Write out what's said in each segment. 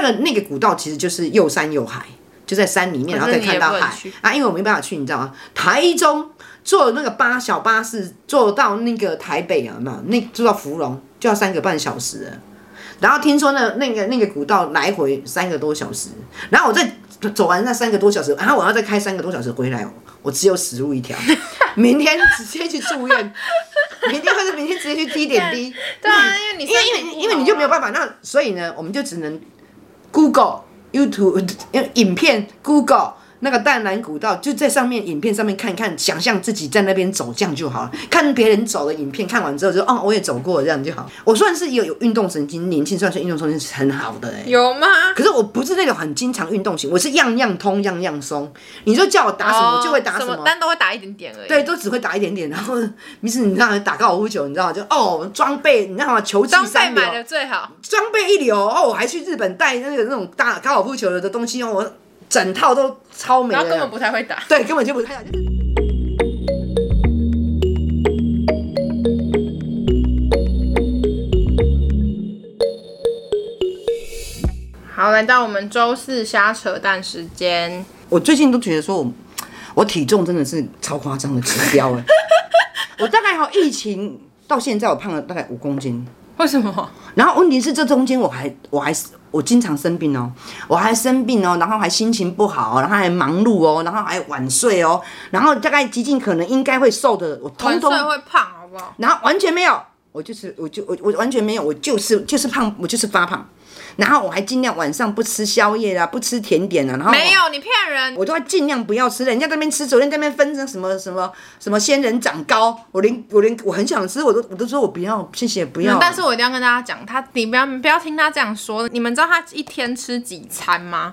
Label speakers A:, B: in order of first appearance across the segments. A: 个那个古道其实就是又山又海，就在山里面，然
B: 可
A: 后
B: 是
A: 再看到
B: 你也不能
A: 海
B: 去
A: 啊。因为我没办法去，你知道吗？台中坐那个巴小巴士坐到那个台北啊，有没有那坐到芙蓉就要三个半小时了然后听说那那个那个古道来回三个多小时，然后我再走完那三个多小时，然后我要再开三个多小时回来，哦我只有死路一 条。明天直接去住院，明天或者明天直接去滴点滴。
B: 对啊，因为你
A: 因为因为因为你就没有
B: 办
A: 办法，那所以呢，我们就只能 Google、YouTube 呃影片、Google 那个淡蓝古道，就在上面影片上面看看，想象自己在那边走，这样就好了。看别人走的影片，看完之后就哦，我也走过，这样就好。我算是有有运动神经，年轻算是运动神经是很好的哎、
B: 法有吗？
A: 可是我不是那种很经常运动型，我是样样通，样样松。你就叫我打什么，我就会打
B: 哦什
A: 什么。
B: 但都会打一点点而已。
A: 对，，都只会打一点点，然后， 于是你知道打高尔夫球，你知道就哦，装备你知道吗？球技
B: 装备
A: 三流，
B: 买的最好，
A: 装备一流哦，我还去日本带那个那种大高尔夫球的东西哦，我整套都超美
B: 然后根
A: 的
B: 本，不太会打。
A: 对，根本就不太。就是
B: 好，来到我们周四瞎扯淡时间，
A: 我最近都觉得说我，我体重真的是超夸张的指标 哎，我大概哈、疫情到现在我胖了大概五公斤，
B: 为什么？
A: 然后问题是这中间我还我还我经常生病哦，我还生病哦，然后还心情不好、然后还忙碌哦，然后还晚睡哦，然后大概极尽可能应该会瘦的，我通
B: 晚
A: 通
B: 睡会胖，好不好？
A: 然后完全没有，我就是我就我我完全没有，我就是就是胖，我就是发胖。然后我还尽量晚上不吃宵夜啊啦，不吃甜点啦，然后
B: 没，有，你骗人。
A: 我都要尽量不要吃。人家在那边吃，昨天在那边分成什么什么什么仙人掌糕，我连我连我很想吃，我都我都说我不要，谢谢不要。
B: 嗯但是我一定要跟大家讲，他你不要不要听他这样说。你们知道他一天吃几餐吗？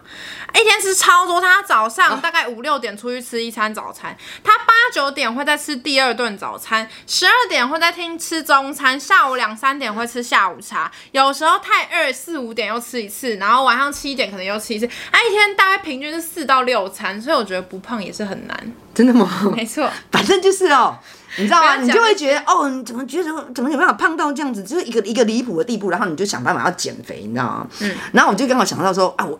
B: 一天吃超多，他早
A: 啊
B: 上大概五六点出去吃一餐早餐，他八九点会再吃第二顿早餐，十二点会再听吃中餐，下午两三点会吃下午茶，有时候太饿四五点又吃一次，然后晚上七点可能又吃一次。他一天大概平均是四到六餐，所以我觉得不胖也是很难。
A: 真的吗？
B: 没错，
A: 反正就是哦，你知道吗？
B: 不要讲
A: 你就会觉得哦，你怎么觉得怎么有办法胖到这样子，就是一个一个离谱的地步，然后你就想办法要减肥，你知道吗？嗯。然后我就刚好想到说啊，我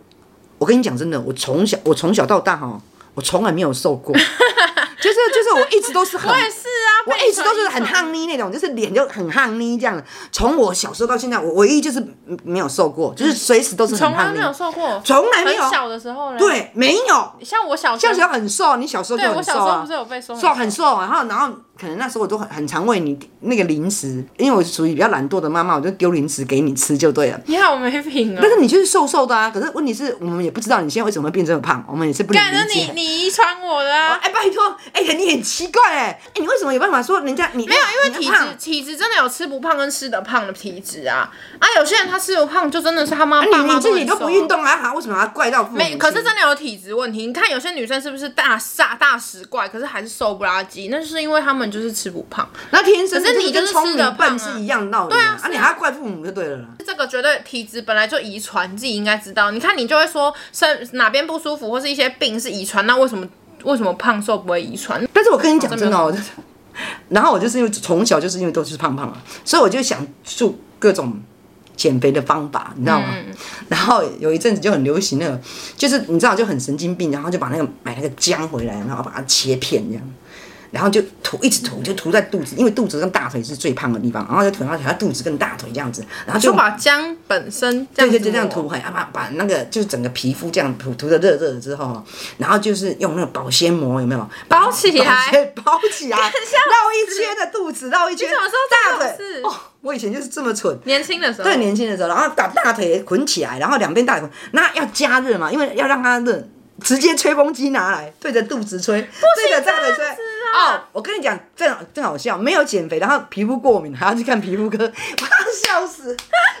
A: 我跟你讲真的，我从小我从小到大哈，我从来没有瘦 过，就是就是我一直都是很
B: 我也是啊，
A: 我
B: 被
A: 一直都是很
B: 传
A: 胖妮那种，就是脸就很胖妮这样。从我小时候到现在，我唯一就是没有瘦过，就是随时都是很
B: 从来
A: 胖
B: 没
A: 妮，
B: 有瘦过，
A: 从来没有
B: 很小的时候嘞，，
A: 对，没有。
B: 像我小
A: 小时
B: 候，
A: 候很瘦，你小时候就
B: 对我
A: 很
B: 小
A: 瘦
B: 时候
A: 啊
B: 不是。有被说
A: 瘦很 瘦，啊然后然后可能那时候我都很很常喂你那个零食，因为我属于比较懒惰的妈妈，我就丢零食给你吃就对了。
B: 你好没品哦
A: 但。是你就是瘦瘦的啊，可是问题是我们也不知道你现在为什么会变这么胖，我们也是不能
B: 感
A: 理
B: 觉
A: 解
B: 你。你遗传我的啊，
A: 哎、拜托，哎、你很奇怪哎、哎、你为什么有办法说人家你没
B: 没有，因为体
A: 胖
B: 质体质真的有吃不胖跟吃得胖的体质啊啊，有些人他吃不胖就真的是他妈
A: 啊
B: 爸妈
A: 你你自己
B: 都
A: 都
B: 很
A: 不
B: 瘦
A: 运。动啊，好，为什么要怪到父母
B: 没，
A: 亲
B: 可是真的有体质问题。你看有些女生是不是大傻大食怪，可是还是瘦不拉几？那就是因为她们就是吃不胖。
A: 那天生
B: 可是你
A: 跟
B: 就是
A: 聪
B: 吃得
A: 明笨
B: 胖啊
A: 是一样的道理
B: 对
A: 啊，
B: 啊是啊
A: 你还要怪父母就对了啦。
B: 这个绝对体质本来就遗传，你自己应该知道。你看你就会说身哪边不舒服或是一些病是遗传，那为什么为什么胖瘦不会遗传？
A: 但是我跟你讲真的、哦，我就然后我就是因为从小就是因为都是胖胖嘛，所以我就想做各种减肥的方法，你知道吗？然后有一阵子就很流行那个，就是你知道就很神经病，然后就把那个买那个姜回来，然后把它切片这样。然后就涂，一直涂，就涂在肚子，因为肚子跟大腿是最胖的地方，然后就涂，然后涂到肚子跟大腿这样子，然后就
B: 就把姜本身这
A: 对
B: 样
A: 对
B: 子
A: 对，这样
B: 抹
A: 涂，很啊，把把那个就是整个皮肤这样涂涂的热热的之后，哦然后就是用那个保鲜膜有没有
B: 包起来
A: 保鲜包起 来，绕
B: 看笑
A: 一圈的肚子，绕一圈
B: 你什么时
A: 大
B: 候做这种
A: 腿
B: 事。
A: 哦，我以前就是这么蠢。
B: 年轻的时候，
A: 对，年轻的时候，然后把大腿捆起来，然后两边大腿捆，那要加热嘛，因为要让它热，直接吹风机拿来对着肚子吹，对着大腿吹。
B: 啊
A: 哦，我跟你讲，正好正好笑，没有减肥，然后皮肤过敏，还要去看皮肤科， 我要笑 死。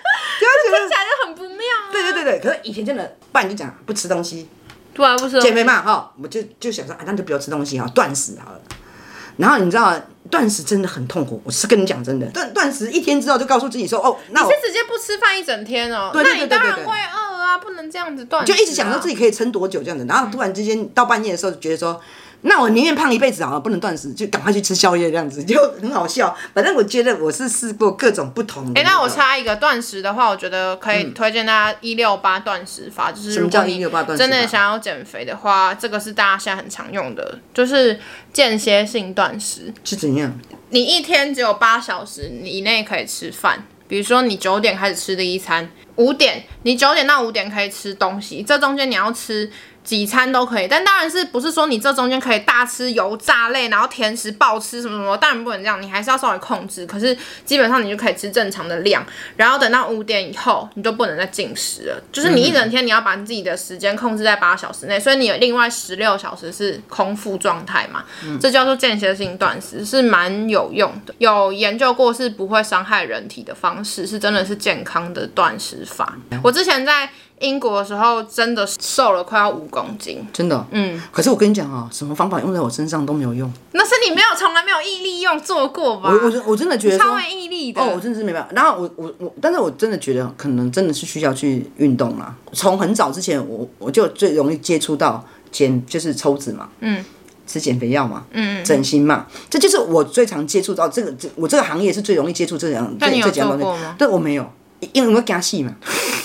A: 就觉
B: 听
A: 得
B: 起来就很不妙啊。
A: 对对对对，可是以前真的，不然就讲不吃东西，
B: 突啊然不是
A: 减肥嘛哈，我就就想说，啊，那就不要吃东西哈，断食好了。然后你知道，断食真的很痛苦，我是跟你讲真的，断断食一天之后就告诉自己说，哦，那我
B: 是直接不吃饭一整天哦，
A: 对对对对
B: 那你当
A: 对
B: 然
A: 对
B: 会饿啊，不能这样子断、
A: 就一直想说自
B: 己。
A: 己可以撑多久这样子，然后突然之间到半夜的时候，觉得说，那我宁愿胖一辈子好了，不能断食，就赶快去吃宵夜这样子，就很好笑。反正我觉得我是试过各种不同的。
B: 哎、那我插一个断食的话，我觉得可以推荐大家一六八断食法，就是
A: 嗯什么
B: 如
A: 叫
B: 果你
A: 168断食法
B: 真的想要减肥的话，这个是大家现在很常用的，就是间歇性断食。
A: 是怎样？
B: 你一天只有八小时你以内可以吃饭，比如说你九点开始吃第一餐，五点你九点到五点可以吃东西，这中间你要吃。几餐都可以，但当然是不是说你这中间可以大吃油炸类，然后甜食暴吃什么什么，当然不能这样，你还是要稍微控制。可是基本上你就可以吃正常的量，然后等到五点以后，你就不能再进食了。就是你一整天你要把自己的时间控制在八小时内，所以你有另外十六小时是空腹状态嘛，这叫做间歇性断食，是蛮有用的。有研究过是不会伤害人体的方式，是真的是健康的断食法。我之前在英国的时候，真的瘦了快要五公斤，
A: 真的、嗯。可是我跟你讲啊、什么方法用在我身上都没有用。
B: 那是你没有从来没有毅力用做过吧？
A: 我我真我真的觉得
B: 超
A: 说，
B: 没毅力的。
A: 哦，我真的是没办法。然后我我我，但是我真的觉得可能真的是需要去运动啦。从很早之前我，我就最容易接触到减，就是抽脂嘛，嗯，吃减肥药嘛，嗯，整形嘛，这就是我最常接触到这个这我这个行业是最容易接触这样这
B: 你有
A: 这几样东西
B: 做过吗。
A: 但我没有，因为我加戏嘛。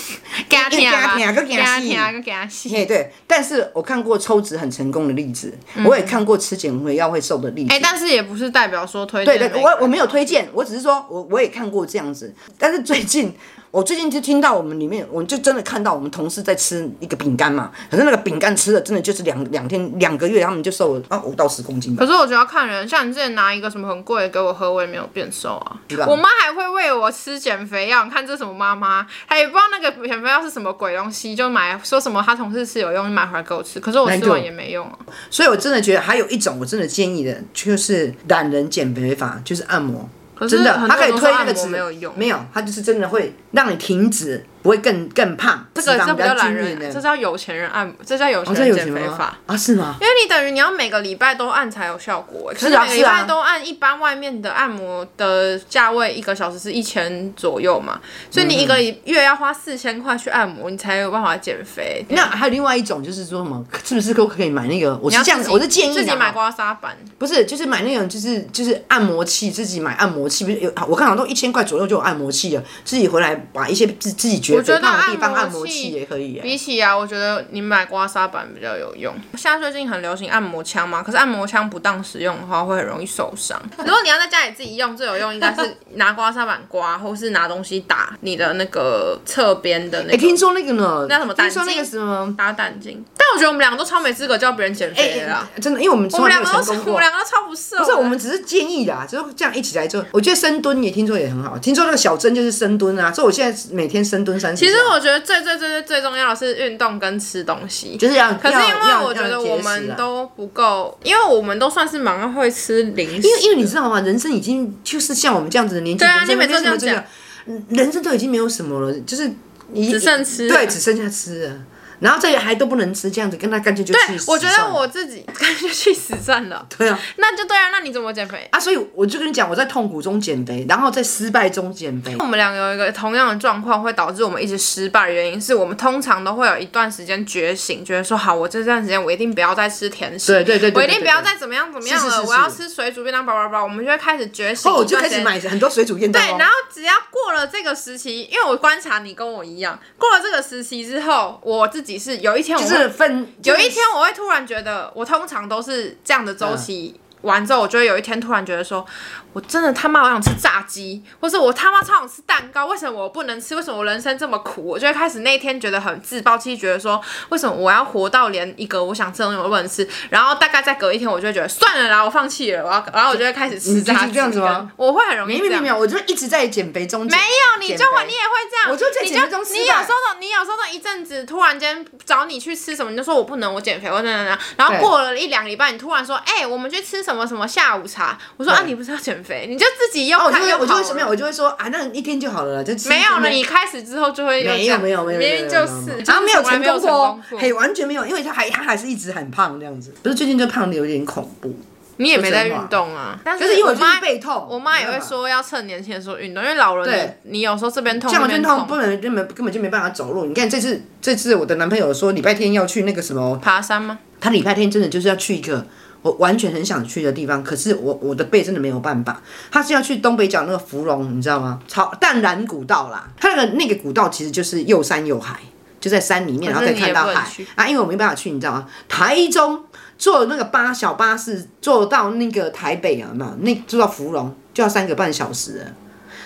A: 因为怕痛又怕死
B: 加吧，加啊听个加死。
A: 嘿，对，但是我看过抽脂很成功的例子，我也看过吃减肥药会瘦的例子。
B: 嗯哎、但是也不是代表说推荐
A: 对
B: 每个
A: 对，
B: 人。啊
A: 我我没有推荐，我只是说我我也看过这样子，但是最近我最近就听到我们里面，我就真的看到我们同事在吃一个饼干嘛，可是那个饼干吃了真的就是两两天两个月，他们就瘦了啊五到十公斤吧。
B: 可是我觉得要看人，像你之前拿一个什么很贵的给我喝，我也没有变瘦啊
A: 是吧。
B: 我妈还会喂我吃减肥药，你看这什么妈妈，她也不知道那个减肥药是什么鬼东西，就买说什么她同事吃有用，买回来给我吃，可是我
A: 那你
B: 吃完
A: 就
B: 也没用啊。
A: 所以我真的觉得还有一种我真的建议的，就是懒人减肥法，就是按摩。
B: 可是
A: 真的，
B: 很
A: 它
B: 多
A: 可以
B: 人都说
A: 推那
B: 按
A: 个
B: 摩
A: 脂，
B: 没有用，
A: 没有，它就是真的会让你停止，不会更更胖，
B: 这个
A: 脂肪比
B: 这不叫
A: 较
B: 懒
A: 均匀
B: 人，
A: 的。
B: 这叫有钱人按摩，这叫有钱
A: 哦，这
B: 人
A: 有
B: 减
A: 什
B: 肥
A: 么
B: 法。
A: 啊？是吗？
B: 因为你等于你要每个礼拜都按才有效果、欸，可
A: 是啊
B: 每个礼
A: 是
B: 拜
A: 啊
B: 都按，一般外面的按摩的价位一个小时是一千左右嘛，所以你一个月要花四千块去按摩，你才有办法减肥。
A: 那还有另外一种，就是说什么，是不是可不可以买那个？我
B: 你
A: 是
B: 要
A: 这样
B: 自
A: 子，
B: 己
A: 我是建议
B: 自己
A: 的
B: 买
A: 啊
B: 刮痧板，
A: 不是，就是买那种，就是就是按摩器，自己买按摩器，不是有啊我看好像都一千块左右就有按摩器了，自己回来把一些自自己觉
B: 我觉
A: 得
B: 得
A: 胖的地方
B: 按
A: 按
B: 摩
A: 摩器
B: 器
A: 也可以耶、
B: 比起啊，我觉得你买刮痧板比较有用。现在最近很流行按摩枪嘛，可是按摩枪不当使用的话，会很容易受 伤。如果你要在家里自己用，最有用应该是拿刮痧板刮，或是拿东西打你的那个侧边的那个。
A: 哎、听说那个呢？
B: 那什么
A: 听说
B: 胆
A: 那
B: 经
A: 个什么？
B: 打胆经，但我觉得我们两个都超没资格叫别人减
A: 哎、
B: 肥的啦。
A: 真的，因为我们
B: 我
A: 从
B: 们
A: 来
B: 两
A: 没有
B: 个都
A: 成
B: 是，
A: 功
B: 我
A: 过
B: 们。两个都超不适合。
A: 不是，我们只是建议啦，就是这样一起来做。我觉得深蹲也听说也很好，听说那个小针就是深蹲啊，所以我现在每天深蹲三十下。
B: 其实我觉得最最最最最重要的是运动跟吃东西。
A: 就是要，
B: 可是
A: 要
B: 因为我觉得我们，都不够，因为我们都算是蛮会吃零食
A: 啊要要节食啊因。为因为你知道吗？人生已经就是像我们这样子的年纪，
B: 对啊
A: 人生
B: 你每次
A: 没什么
B: 都这样
A: 重要，嗯人生都已经没有什么了，就是你
B: 只剩吃了
A: 对，只剩下吃了，然后这里还都不能吃，这样子跟他干脆就对
B: 对，我觉得我自己就去死算了。
A: 对啊。
B: 那就对啊，那你怎么减肥？
A: 啊，所以我就跟你讲，我在痛苦中减肥，然后在失败中减肥。
B: 我们两个有一个同样的状况，会导致我们一直失败。原因是我们通常都会有一段时间觉醒，觉得说好，我这段时间我一定不要再吃甜食，
A: 对对对对对
B: 我一定不要
A: 对
B: 再怎么样怎么样
A: 是
B: 了，
A: 是是是
B: 我要吃水煮便当，叭叭叭，我们就会开始觉醒。
A: 哦，我就开始。买很多水煮便当、哦。
B: 对，然后只要过了这个时期，因为我观察你跟我一样，过了这个时期之后，我自己是有一天我
A: 就
B: 会
A: 是分
B: 有一天我会突然觉得，我通常都是这样的周期。完之后，我就会有一天突然觉得说，我真的他妈好想吃炸鸡，或是我他妈超想吃蛋糕，为什么我不能吃？为什么我人生这么苦？我就会开始那一天觉得很自暴，其实觉得说，为什么我要活到连一个我想吃的东西我都不能吃？然后大概再隔一天，我就会觉得算了啦，我放弃了，我要，然后我就会开始吃
A: 你就是
B: 炸鸡。
A: 这样子吗？
B: 我会很容易
A: 没有
B: 这
A: 没有
B: 样
A: 没。有，我就一直在减肥中减。
B: 没有，你
A: 减
B: 就会
A: 肥
B: 你也会这样，
A: 我就在
B: 你
A: 减肥中失败
B: 你有时候你有时候一阵子突然间找你去吃什么，你就说我不能，我减肥，我怎样怎样。然后
A: 对
B: 过了一两个礼拜，你突然说，哎、我们去吃什么什么下午茶。我说啊，
A: 对
B: 你不是要减肥，你就自己又
A: 哦，我就
B: 看
A: 会
B: 又
A: 我就
B: 跑
A: 会没有，
B: 了。
A: 我就会说啊，那一天就好了啦，就吃
B: 没有了，
A: 那
B: 你开始之后就会又
A: 没
B: 这
A: 有
B: 样
A: 没有没有，
B: 明
A: 没有
B: 明
A: 没
B: 就
A: 有
B: 是，
A: 然后没有
B: 从来
A: 成
B: 没有
A: 功
B: 成功
A: 过，嘿，完全没有，因为他还他还是一直很胖这样子，不是最近就胖的有点恐怖。
B: 你也没在
A: 说真话
B: 运动啊。但
A: 可是因为
B: 我
A: 我就是
B: 妈
A: 背痛，
B: 我妈也会说要趁年轻的时候运动，因为老人
A: 对
B: 你你有时候这边痛
A: 像
B: 那
A: 完全
B: 边
A: 痛，不能根本根本就没办法走路。你看这次这次我的男朋友说礼拜天要去那个什么，
B: 爬山吗？
A: 他礼拜天真的就是要去一个我完全很想去的地方，可是我我的背真的没有办法。他是要去东北角那个芙蓉，你知道吗？草淡然古道啦，他那个那个古道其实就是又山又海，就在山里面，然
B: 可
A: 后
B: 是
A: 再
B: 哦你
A: 看
B: 也
A: 到
B: 不能
A: 海
B: 去
A: 啊。因为我没办法去，你知道吗？台中坐那个巴小巴士坐到那个台北啊，有没有？那坐到芙蓉就要三个半小时了。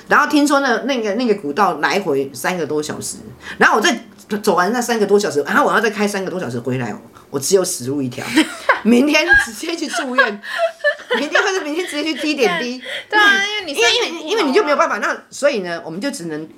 A: 然后听说那那个那个古道来回三个多小时，然后我再走完那三个多小时，然后我要再开三个多小时回来，哦我只有死路一 条。明天直接去住院，明天或者明天直接去滴点滴。
B: 对啊，因为你
A: 因为因为因为你就没有
B: 办
A: 办法，那所以呢，我们就只能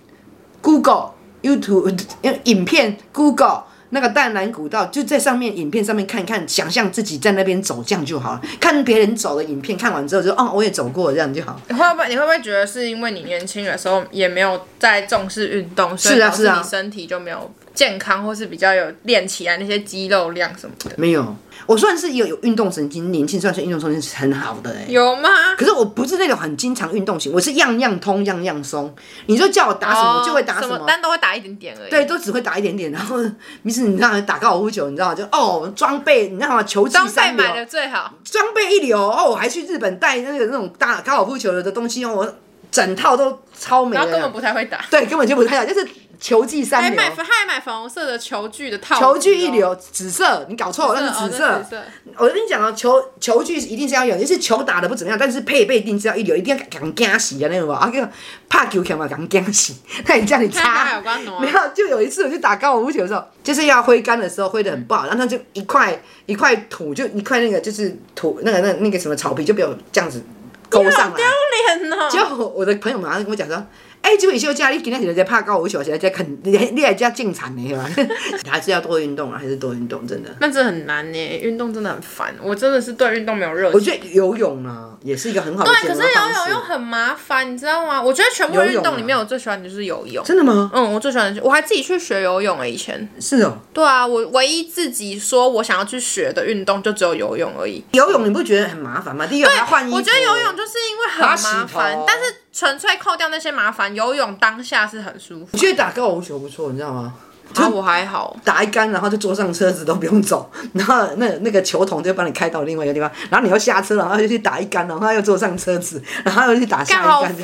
A: Google、YouTube 呃影片、Google 那个淡蓝古道，就在上面影片上面看看，想象自己在那边走，这样就好了。看别人走的影片，看完之后就哦，我也走过，这样就好。
B: 你会不会你会不会觉得是因为你年轻的时候也没有在重视运动，所以
A: 是啊
B: 导致
A: 是啊
B: 你身体就没有健康，或是比较有练起来那些肌肉量什么的？
A: 没有，我算是有有运动神经，年轻算是运动神经是很好的哎、
B: 有吗？
A: 可是我不是那种很经常运动型，我是样样通，样样松。你就叫我打什么，我就会打
B: 哦什
A: 什么。
B: 但都会打一点点而已。
A: 对，，都只会打一点点，然后，于是你知道打高尔夫球，你知道吗？就哦，装备，你知道吗？球技
B: 装备
A: 三流，
B: 买的最好，
A: 装备一流哦，我还去日本带那个那种大高尔夫球的东西哦，我整套都超美
B: 然后根本
A: 的，
B: 不太会打。
A: 对，根本就不太好，就是球技
B: 还
A: 三流，
B: 买粉还买粉红色的球具的套子哦，
A: 球具一流，紫色，你搞错，那是
B: 哦
A: 紫
B: 那
A: 色
B: 是。紫色。
A: 我跟你讲哦，球球具一定是要有，就是球打的不怎么样，但是配备一定是要一流，一定要敢惊死的那种啊，个怕球球嘛，敢惊死， 那 你这样你
B: 看他
A: 擦
B: 还。有关挪
A: 没有，就有一次我去打高尔夫球的时候，就是要挥杆的时候挥的很不好，然后他就一块一块土，就一块那个就是土那个那那个什么草皮就被我这样子勾 上来。
B: 脸哦
A: 结果我的朋友马上跟我讲说。哎、结果你休假，你今天是在怕高尔夫球，现在在肯，你还你还在进产呢，是吧？ 还是要多运动啊，还是多运动，真的。
B: 那真的很难呢，运动真的很烦。我真的是对运动没有热
A: 我
B: 情。
A: 觉得游泳啊，也是一个很好的健
B: 对，可
A: 康
B: 是
A: 方式。
B: 游泳又很麻烦，你知道吗？我觉得全部
A: 游
B: 运
A: 泳
B: 动
A: 啊
B: 里面，我最喜欢的就是游泳。
A: 真的吗？
B: 嗯，我最喜欢的是，我还自己去学游泳诶、以前。
A: 是哦，
B: 对啊，我唯一自己说我想要去学的运动就只有游泳而已。
A: 游泳你不觉得很麻烦吗？第一个还要换衣服，
B: 我觉得游泳就是因为很
A: 还要洗
B: 麻烦
A: 头，
B: 但是纯粹扣掉那些麻烦，游泳当下是很舒服
A: 我。觉得打高尔夫球不错，你知道吗？
B: 啊，我 还好，
A: 打一杆，然后就坐上车子都不用走，然后那那个球童就帮你开到另外一个地方，然后你又下车，然后又去打一杆，然后又坐上车子，然后又去打
B: 干
A: 下一
B: 好
A: 杆。
B: 废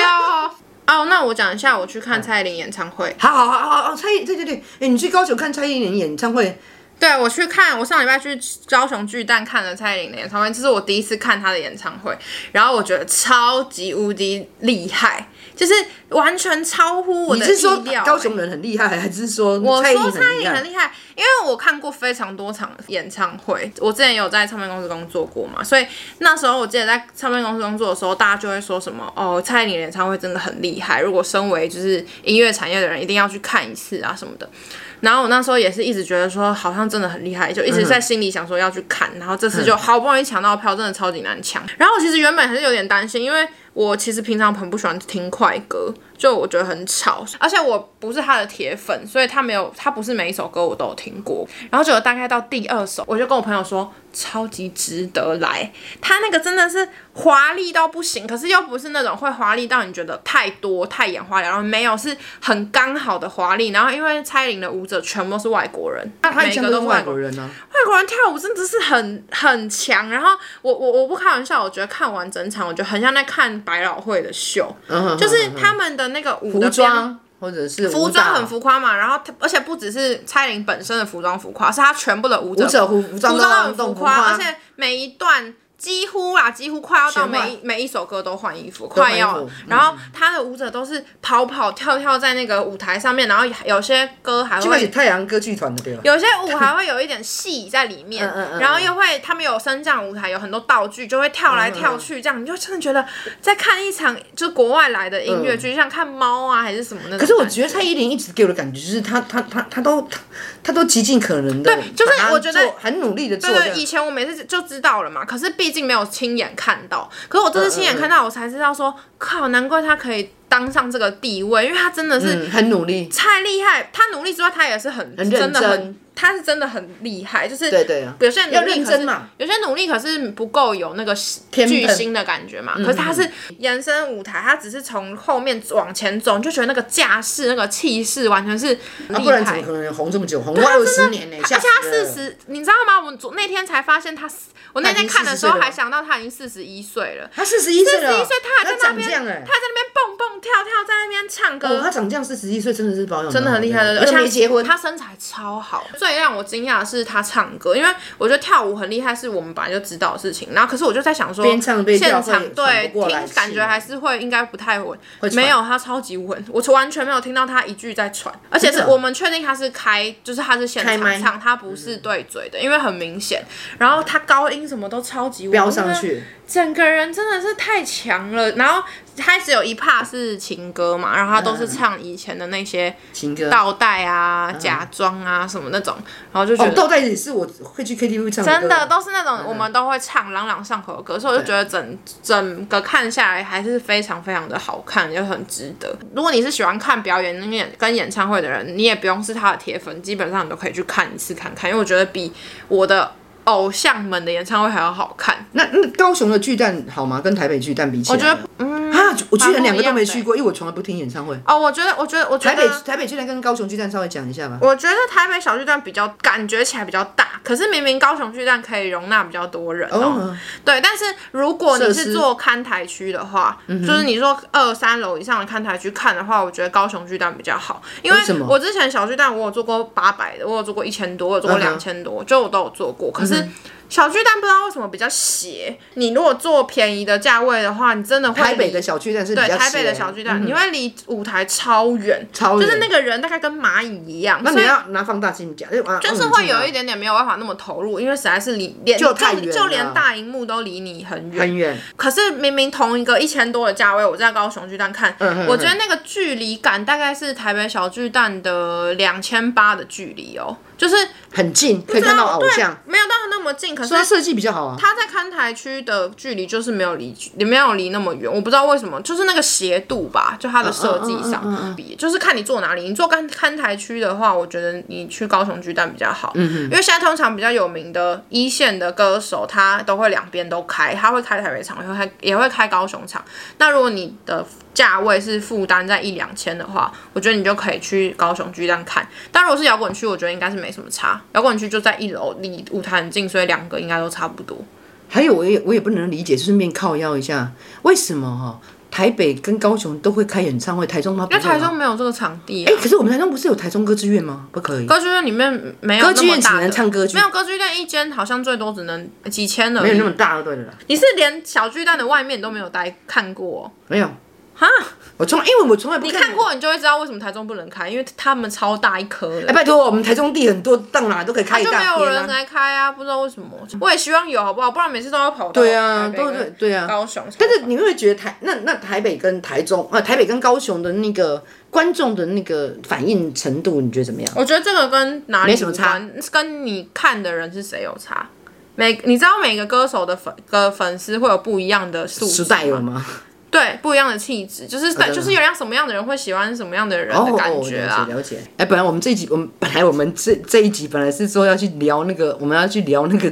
B: 哦。 哦，那我讲一下我去看蔡依林演唱会。
A: 好好好好好，蔡依对对对，哎、你去高雄看蔡依林演唱会，
B: 对，我去看，我上礼拜去高雄巨蛋看了蔡依林的演唱会，这是我第一次看她的演唱会，然后我觉得超级无敌厉害，就是完全超乎我
A: 你
B: 的
A: 是说
B: 意料。欸
A: 高雄人很厉害，还是说
B: 我
A: 蔡依林
B: 说蔡
A: 很
B: 依
A: 厉
B: 林很
A: 害？
B: 厉害，因为我看过非常多场演唱会，我之前有在唱片公司工作过嘛，所以那时候我记得在唱片公司工作的时候，大家就会说什么哦，蔡依林演唱会真的很厉害，如果身为就是音乐产业的人，一定要去看一次啊什么的。然后我那时候也是一直觉得说好像真的很厉害，就一直在心里想说要去看，然后这次就好不容易抢到票，真的超级难抢。然后我其实原本还是有点担心，因为我其实平常很不喜欢听快歌，就我觉得很吵，而且我不是他的铁粉，所以他没有他不是每一首歌我都有听过。然后就大概到第二首，我就跟我朋友说超级值得来，他那个真的是华丽到不行，可是又不是那种会华丽到你觉得太多太眼花缭乱，没有是很刚好的华丽。然后因为蔡依林的舞者全部都是外国人，
A: 那他以
B: 每
A: 前
B: 个
A: 都
B: 都
A: 是
B: 是
A: 外
B: 外国
A: 国
B: 人。
A: 人呢、啊，
B: 外国人跳舞真的是很很强，然后我我我不开玩笑，我觉得看完整场，我觉得很像在看百老汇的秀，
A: 嗯
B: 就是他们的那个舞
A: 服
B: 的编
A: 装或者是
B: 服
A: 舞
B: 装
A: 蹈
B: 很浮夸嘛，然后它而且不只是蔡依林本身的服装浮夸，是她全部的舞者
A: 舞者服服装
B: 服
A: 都
B: 装都
A: 要
B: 很
A: 动
B: 浮
A: 不
B: 夸，
A: 夸
B: 而且每一段几乎啦，几乎快要
A: 全
B: 到
A: 换
B: 每一每一首歌都换衣服，
A: 换
B: 快要
A: 衣
B: 了
A: 服。嗯
B: 然后他的舞者都是跑跑跳跳在那个舞台上面，然后有些歌还
A: 基本是
B: 会。
A: 太阳歌剧团的对吧？
B: 有些舞还会有一点戏在里面，
A: 嗯嗯嗯嗯
B: 然后又会他们有升降舞台，有很多道具，就会跳来跳去，这样你就真的觉得在看一场就国外来的音乐剧，就像看猫啊还是什么那种感。
A: 嗯可是我觉得蔡依林一直给我的感觉就是她她她她都她她都极尽可能的，
B: 对就是
A: 把它
B: 我觉得
A: 做很努力的做这
B: 对，
A: 样
B: 以前我每次就知道了嘛，
A: 嗯
B: 可是毕竟没有亲眼看到。可是我这次亲眼看到，我才知道说，靠，难怪他可以当上这个地位，因为他真的是
A: 嗯，很努力，
B: 太厉害，他努力之外，他也是很
A: 很认
B: 真的很
A: 真，
B: 他是真的很厉害，就是
A: 对对啊，
B: 有些人努
A: 要
B: 力
A: 认
B: 可
A: 真
B: 是
A: 嘛，
B: 有些努力可是不够有那个
A: 天分
B: 巨星的感觉嘛。
A: 嗯
B: 可是他是延伸舞台，他只是从后面往前走，你就觉得那个架势、那个气势完全是
A: 啊，
B: 厉
A: 不然怎
B: 害。
A: 么可能红这么久，红过二十年呢、
B: 而
A: 吓死
B: 且啊他
A: 人
B: 四
A: 了
B: 十，你知道吗？我们昨那天才发现他四，我那
A: 他已
B: 天
A: 经
B: 看的
A: 40
B: 时候
A: 岁了
B: 还想到他已经四十一岁了，
A: 他四十一岁
B: 四
A: 了，
B: 十一岁他还在那
A: 长
B: 边，
A: 这样哎、
B: 他还在那边蹦蹦跳跳，在那边唱歌，
A: 哦，他长这样四十一岁真的是保养得
B: 真的很厉害的，
A: 而且
B: 他
A: 没结婚，
B: 他身材超好。最让我惊讶的是他唱歌，因为我觉得跳舞很厉害，是我们本来就知道的事情。然后可是我就在想说，
A: 边唱边跳
B: 现
A: 会
B: 场对
A: 喘不过来
B: 听感
A: 气
B: 觉还是会应该不太稳
A: 会，喘
B: 没有他超级稳，我完全没有听到他一句在喘，而且是
A: 真的哦
B: 我们确定他是开，就是他是现
A: 开麦
B: 场唱，他不是对嘴的，因为很明显。然后他高音什么都超级稳，
A: 飙
B: 我
A: 上
B: 觉得
A: 去，
B: 整个人真的是太强了，然后他只有一 part 是情歌嘛，然后他都
A: 嗯
B: 是唱以前的那些
A: 情歌。哦
B: 倒带啊、假装啊什么那种，然后就觉
A: 嗯哦，
B: 得
A: 豆袋也是我会去 KTV 唱歌
B: 真的都是那种我们都会唱朗朗上口的歌，所以我就觉得整整个看下来还是非常非常的好看，又很值得。如果你是喜欢看表演跟演跟演唱会的人，你也不用是他的铁粉，基本上你都可以去看一次看看，因为我觉得比我的偶像们的演唱会还要好看。
A: 那那高雄的巨蛋好吗？跟台北巨蛋比起来，
B: 我觉得
A: 啊，我居然两个都
B: 嗯蛮不
A: 没
B: 一样的
A: 去过，因为我从来不听演唱会。
B: 哦，我觉得，我觉得，我觉
A: 台北
B: 得，
A: 台北巨蛋跟高雄巨蛋稍微讲一下吧。
B: 我觉得台北小巨蛋比较感觉起来比较大，可是明明高雄巨蛋可以容纳比较多人哦。
A: 哦，
B: 对，但是如果你
A: 设
B: 是
A: 施嗯
B: 做看台区的话，就是你说二三楼以上的看台区看的话，我觉得高雄巨蛋比较好，因为
A: 为什么
B: 我之前小巨蛋我有做过八百的，我有做过一千多，我有做
A: 嗯
B: 过
A: 哼嗯
B: 两千多，就我都有做过，可是。小巨蛋不知道为什么比较斜，你如果做便宜的价位的话，你真的会
A: 台北
B: 离
A: 的小巨蛋是比
B: 对
A: 较嗯
B: 台北的
A: 小
B: 小巨蛋，你会离舞台超远，
A: 超
B: 就是
A: 远
B: 那个人大概跟蚂蚁一样，
A: 那
B: 所
A: 嗯你
B: 以
A: 要拿放大镜讲，就
B: 就是会有一点点没有办法那么投入，因为实在是离连
A: 就太远了
B: 就连大荧幕都离你很远。
A: 很远，
B: 可是明明同一个一千多的价位，我在高雄巨蛋看，
A: 嗯
B: 我觉得那个距离感大概是台北小巨蛋的两千八的距离哦，就是
A: 很近，可以看到偶像，
B: 对，没有到那么近，可是
A: 所以它设计比较好啊。
B: 他在看台区的距离就是没有离，也没有离那么远，我不知道为什么，就是那个斜度吧，就它的设计
A: 嗯嗯嗯嗯
B: 上比，就是看你坐哪里。你坐看看台区的话，我觉得你去高雄巨蛋比较好，
A: 嗯
B: 因为现在通常比较有名的一线的歌手，他都会两边都开，他会开台北场，也会开也会开高雄场。那如果你的价位是负担在一两千的话，我觉得你就可以去高雄巨蛋看。但如果是摇滚区，我觉得应该是没什么差，摇滚区就在一楼，离舞台很近，所以两个应该都差不多。
A: 还有我也我也不能理解，顺便靠腰一下，为什么哈、台北跟高雄都会开演唱会，台啊中吗？
B: 因为台
A: 不会吗
B: 中没有这个场地、啊
A: 哎、可是我们台中不是有台中歌剧院吗？不可以，
B: 歌剧院里面没有
A: 歌
B: 那
A: 剧
B: 么
A: 院只
B: 大的
A: 能，唱歌剧
B: 没，有歌剧院一间好像最多只能几千而
A: 没有
B: 已
A: 那。么大，对了啦，
B: 你是连小巨蛋的外面你都没有待看过、哦？
A: 没有。
B: 哈，
A: 我从因为我从来不
B: 你
A: 看
B: 看。过你就会知道为什么台中不能开，因为他们超大一颗的
A: 哎、。拜托，我们台中地很多，到哪都可以开一
B: 就没
A: 大
B: 有
A: 片
B: 人
A: 啊。
B: 来开啊，不知道为什么。我也希望有，啊好不好？不然每次都要跑到
A: 对啊，
B: 台北
A: 对
B: 跟
A: 对对啊。
B: 高雄。
A: 但是你会觉得台那那台北跟台中啊、呃台北跟高雄的那个观众的那个反应程度，你觉得怎么样？
B: 我觉得这个跟哪里
A: 没什么
B: 无关，跟你看的人是谁有差。每你知道每个歌手的粉的粉丝会有不一样的素
A: 时
B: 质
A: 代有
B: 吗？
A: 吗？
B: 对，不一样的气质，就是对，
A: 真的
B: 就是有点什么样的人会喜欢什么样的人的感觉啊。
A: 哦、了解了解。哎、本来我们这一集，我们本来我们这这一集本来是说要去聊那个，我们要去聊那个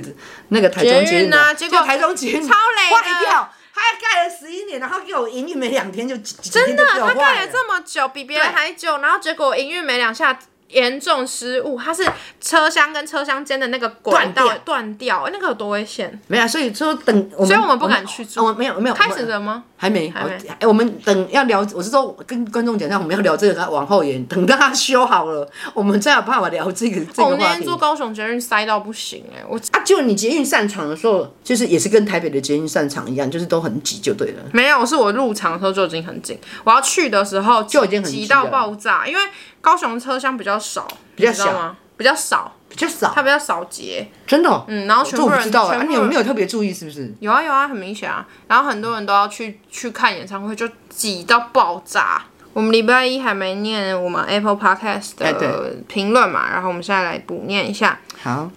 A: 那个台中
B: 捷
A: 捷
B: 运
A: 运的
B: 啊结果
A: 就台中捷运
B: 超雷的
A: 坏掉，他盖了十一年，然后给我营运没两天就真
B: 真的，他盖了这么久，比别人还久，然后结果营运没两下。严重失误，它是车厢跟车厢间的那个轨道
A: 断掉
B: 断掉，那个有多危险？
A: 没有、啊，所以说等我们，
B: 所以我们不敢去住
A: 我们没有没有
B: 开始
A: 我们
B: 了吗？
A: 还没，
B: 嗯还没
A: 我哎、我们等要聊，我是说跟观众讲一下，我们要聊这个，往后延，等到它修好了， 我们再有办法聊这个这
B: 哦我
A: 个
B: 那
A: 话
B: 天
A: 题。
B: 坐高雄捷运塞到不行哎、我
A: 啊，就你捷运散场的时候，就是也是跟台北的捷运散场一样，就是都很挤就对了。
B: 没有，是我入场的时候就已经很紧，我要去的时候
A: 就已经很
B: 挤
A: 挤
B: 到
A: 了
B: 爆炸，因为高雄车厢比较少，
A: 比较
B: 你知道
A: 小
B: 吗？比较少，
A: 比较
B: 它
A: 少，
B: 比较少节，
A: 真的、哦。
B: 嗯，然后全
A: 这
B: 部
A: 我不
B: 人
A: 知道啊，啊
B: 全部
A: 你有没
B: 人
A: 有特别注意？是不是？
B: 有啊有啊，很明显啊。然后很多人都要去去看演唱会，就挤到爆炸。我们礼拜一还没念我们 Apple Podcast
A: 哎
B: 的
A: 对
B: 评论嘛，然后我们现在来补念一下。
A: 好，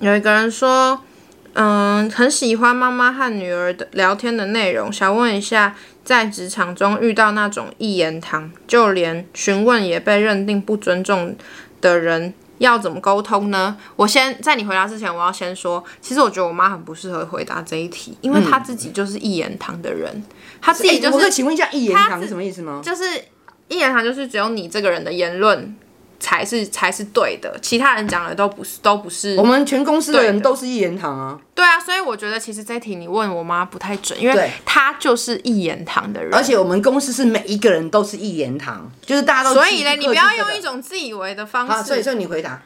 B: 有一个人说，嗯，很喜欢妈妈和女儿的聊天的内容，想问一下在职场中遇到那种一言堂，就连询问也被认定不尊重的人，要怎么沟通呢？我先在你回答之前，我要先说，其实我觉得我妈很不适合回答这一题，因为她自己就是一言堂的人，她自己哎就
A: 哎我可以
B: 是
A: 请问一下一言
B: 他
A: 堂
B: 自
A: 是什么意思吗？
B: 就是一言堂，就是只有你这个人的言论才是才是对的，其他人讲的都不是都不是
A: 我。们全公司的
B: 对
A: 人
B: 的
A: 都是一言堂啊。
B: 对啊，所以我觉得其实这一题你问我妈不太准，因为
A: 对
B: 她就是一言堂的人，
A: 而且我们公司是每一个人都是一言堂，就是大家都
B: 所以呢，
A: 呢，
B: 你不要用一种自以为的方式。
A: 啊，所以所以你回答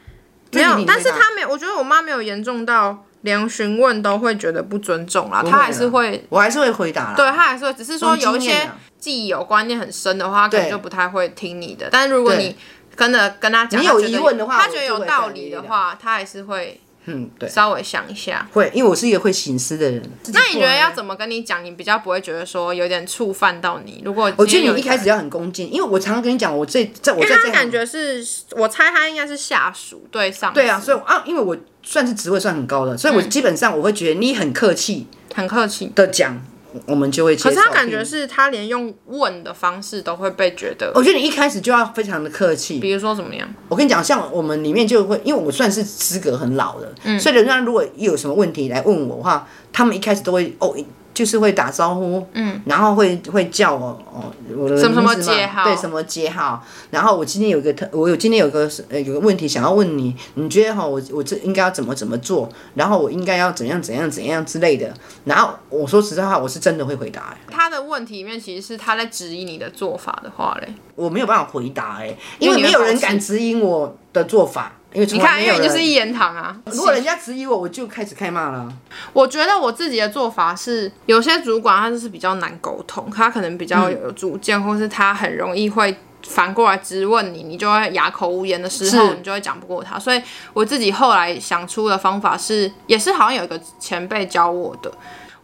A: 这
B: 没
A: 题
B: 有，
A: 你回答
B: 但是他没有，我觉得我妈没有严重到连询问都会觉得不尊重啦，
A: 不
B: 她
A: 啦
B: 还是会，
A: 我还是会回答啦。
B: 对，啊她还是会，只是说
A: 从经
B: 有一
A: 验
B: 些
A: 啊
B: 既有观念很深的话，她可能
A: 对
B: 就不太会听你的。但是如果
A: 对
B: 你跟着跟她讲，
A: 你
B: 她
A: 有
B: 觉得
A: 疑问的话
B: 她
A: 我
B: 觉得
A: 就
B: 有
A: 会
B: 道
A: 跟你
B: 理的
A: 聊
B: 话，她还是会
A: 嗯，对，
B: 稍微想一下。
A: 会，因为我是一个会醒思的人。
B: 那你觉得要
A: 么？
B: 怎么跟你讲，你比较不会觉得说有点触犯到你？如果
A: 我觉得
B: 今天有
A: 你一开
B: 个
A: 始要很恭敬，因为我常常跟你讲，我这在我
B: 因
A: 在
B: 为
A: 这
B: 他感
A: 行
B: 觉是，我猜他应该是下属对上司，
A: 对啊，所以我啊，因为我算是职位算很高的，所以我
B: 嗯
A: 基本上我会觉得你很客气
B: 很客气。
A: 的讲，我们就会接受。
B: 可是他感觉
A: 嗯，
B: 是他连用问的方式都会被觉得，
A: 我觉得你一开始就要非常的客气，
B: 比如说怎么样？
A: 我跟你讲，像我们里面就会，因为我算是资格很老的，
B: 嗯
A: 所以人家如果有什么问题来问我的话，他们一开始都会哦，就是会打招呼，嗯，然后会会叫我哦，我的
B: 什么什么
A: 名字嘛
B: 姐好
A: 对，什么姐好。然后我今天有一个特，我有今天有个呃有个问题想要问你，你觉得哈、我我这应该要怎么怎么做？然后我应该要怎样怎样怎样之类的。然后我说实在话，我是真的会回答、欸
B: 他的问题里面其实是他在质疑你的做法的话嘞，
A: 我没有办法回答、欸，
B: 因
A: 因
B: 为
A: 为
B: 你会
A: 没有人
B: 放弃
A: 敢指引我的做法。因为从
B: 你
A: 来
B: 看，
A: 没
B: 因
A: 有
B: 为你就是
A: 人
B: 一言堂啊。
A: 如果人家质疑我，我就开始开骂了。
B: 我觉得我自己的做法是，有些主管他就是比较难沟通，他可能比较有主见，或是他很容易会反过来质问你，你就会哑口无言的时候，
A: 是
B: 你就会讲不过他。所以我自己后来想出的方法是，也是好像有一个前辈教我的。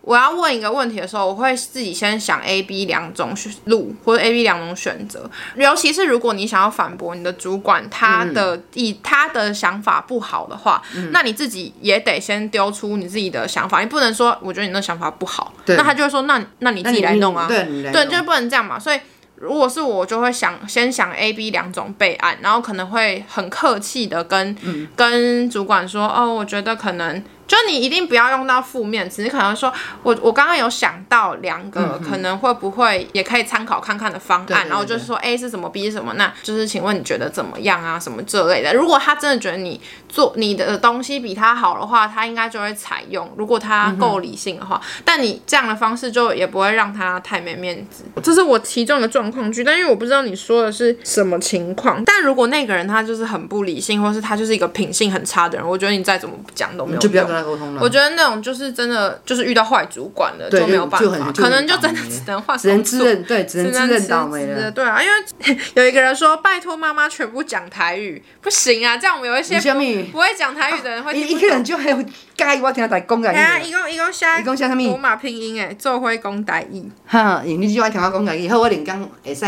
B: 我要问一个问题的时候，我会自己先想 A、B 两种选路，或者 A、B 两种选择。尤其是如果你想要反驳你的主管，他的
A: 嗯
B: 意、他的想法不好的话，那你自己也得先丢出你自己的想法，你不能说我觉得你那想法不好，
A: 对
B: 那他就会说那那你自己来弄啊，
A: 对，你来
B: 对，
A: 弄
B: 就是不能这样嘛。所以如果是我，我就会想先想 A、B 两种备案，然后可能会很客气的跟、
A: 嗯
B: 跟主管说，哦，我觉得可能就你一定不要用到负面词，你可能说我我刚刚有想到两个、可能会不会也可以参考看看的方案，
A: 嗯对对对
B: 然后就是说 A 是什么，B 是什么，那就是请问你觉得怎么样啊，什么这类的。如果他真的觉得你做你的东西比他好的话，他应该就会采用。如果他够理性的话，但你这样的方式就也不会让他太没面子。这是我其中的状况剧，但因为我不知道你说的是什么情况。但如果那个人他就是很不理性，或是他就是一个品性很差的人，我觉得你再怎么讲都没有用。
A: 就不要跟他沟通了。
B: 我觉得那种就是真的就是遇到坏主管了，
A: 对
B: 没有办
A: 就就
B: 法，
A: 很就
B: 可
A: 很
B: 能就真的
A: 倒霉
B: 只能换
A: 只能
B: 工
A: 自
B: 作
A: 认，对，只能自认倒霉
B: 只能辞职
A: 了。
B: 对啊，因为 有一个人说：“拜托妈妈，全部讲台语，不行啊！”这样我们有一些
A: 你下面
B: 不会讲台语的人会
A: 哦一
B: 听不
A: 一个人
B: 懂。
A: 就还有介意我听他讲
B: 哎呀，
A: 台语，
B: 一共一共下
A: 啊一共写什么
B: 罗马拼音哎，做会讲台语。
A: 哈，你就爱听我讲台语，好，我连讲会使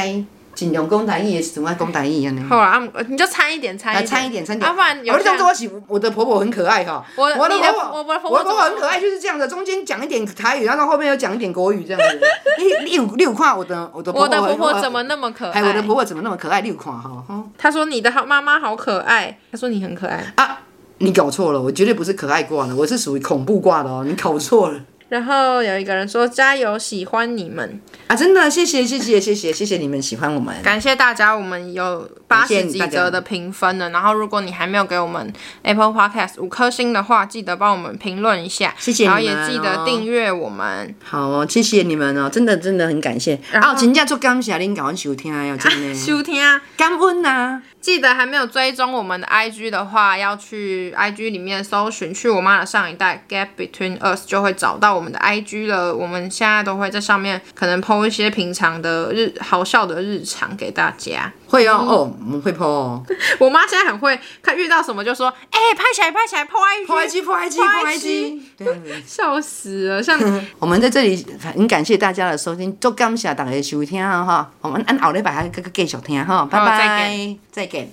A: 尽量讲台语的时阵，我讲台语安尼。
B: 好啦，啊你就掺一点，掺一
A: 来
B: 点，
A: 掺一点，掺一点。啊
B: 要不然有
A: 我
B: 些
A: 当
B: 人
A: 做我喜我的婆婆很可爱哈。
B: 我
A: 我
B: 你的我我
A: 我
B: 的婆婆
A: 我婆婆
B: 怎
A: 很
B: 么
A: 可爱，就是这样的，中间讲一点台语，然后后面又讲一点国语这样子。你你有你有看我的我的婆
B: 我的
A: 婆
B: 婆
A: 很
B: 婆怎么那么可
A: 还有我的
B: 爱？
A: 婆婆怎么那么可爱？你有看哈？哈。
B: 她说你的好妈妈好可爱，她说你很可爱。
A: 啊，你搞错了，我绝对不是可爱挂的，我是属于恐怖挂的哦，你搞错了
B: 然后有一个人说加油，喜欢你们，
A: 啊！真的，谢谢谢谢谢谢谢谢你们喜欢我们，
B: 感谢大家，我们有八
A: 感谢
B: 十几
A: 大家
B: 折的评分了。然后，如果你还没有给我们 Apple Podcast 五颗星的话，记得帮我们评论一下，
A: 谢谢你
B: 然后
A: 们
B: 也
A: 哦
B: 记得订阅我们。
A: 好哦，谢谢你们哦，真的真的很感谢
B: 然后
A: 啊！真正做感谢恁甲阮收听哦，真 的
B: 收听啊！
A: 感恩呐、
B: 记得还没有追踪我们的 IG 的话，要去 IG 里面搜寻“去我妈的上一代 Gap Between Us” 就会找到我们的 IG 了。我们现在都会在上面可能 PO 一些平常的日好笑的日常给大家。
A: 会哦、哦，我们会破哦，
B: 我妈现在很会，看遇到什么就说：“哎、拍起来，拍起来，PO IG，
A: 破 IG 破 IG
B: 破
A: 破
B: IG
A: IG，这样子。
B: 笑死了，像
A: 我们在这里很感谢大家的收听，做感谢大家的收听哈、哦，我们按后礼拜还继续听哈、拜
B: 好再
A: 拜，再见。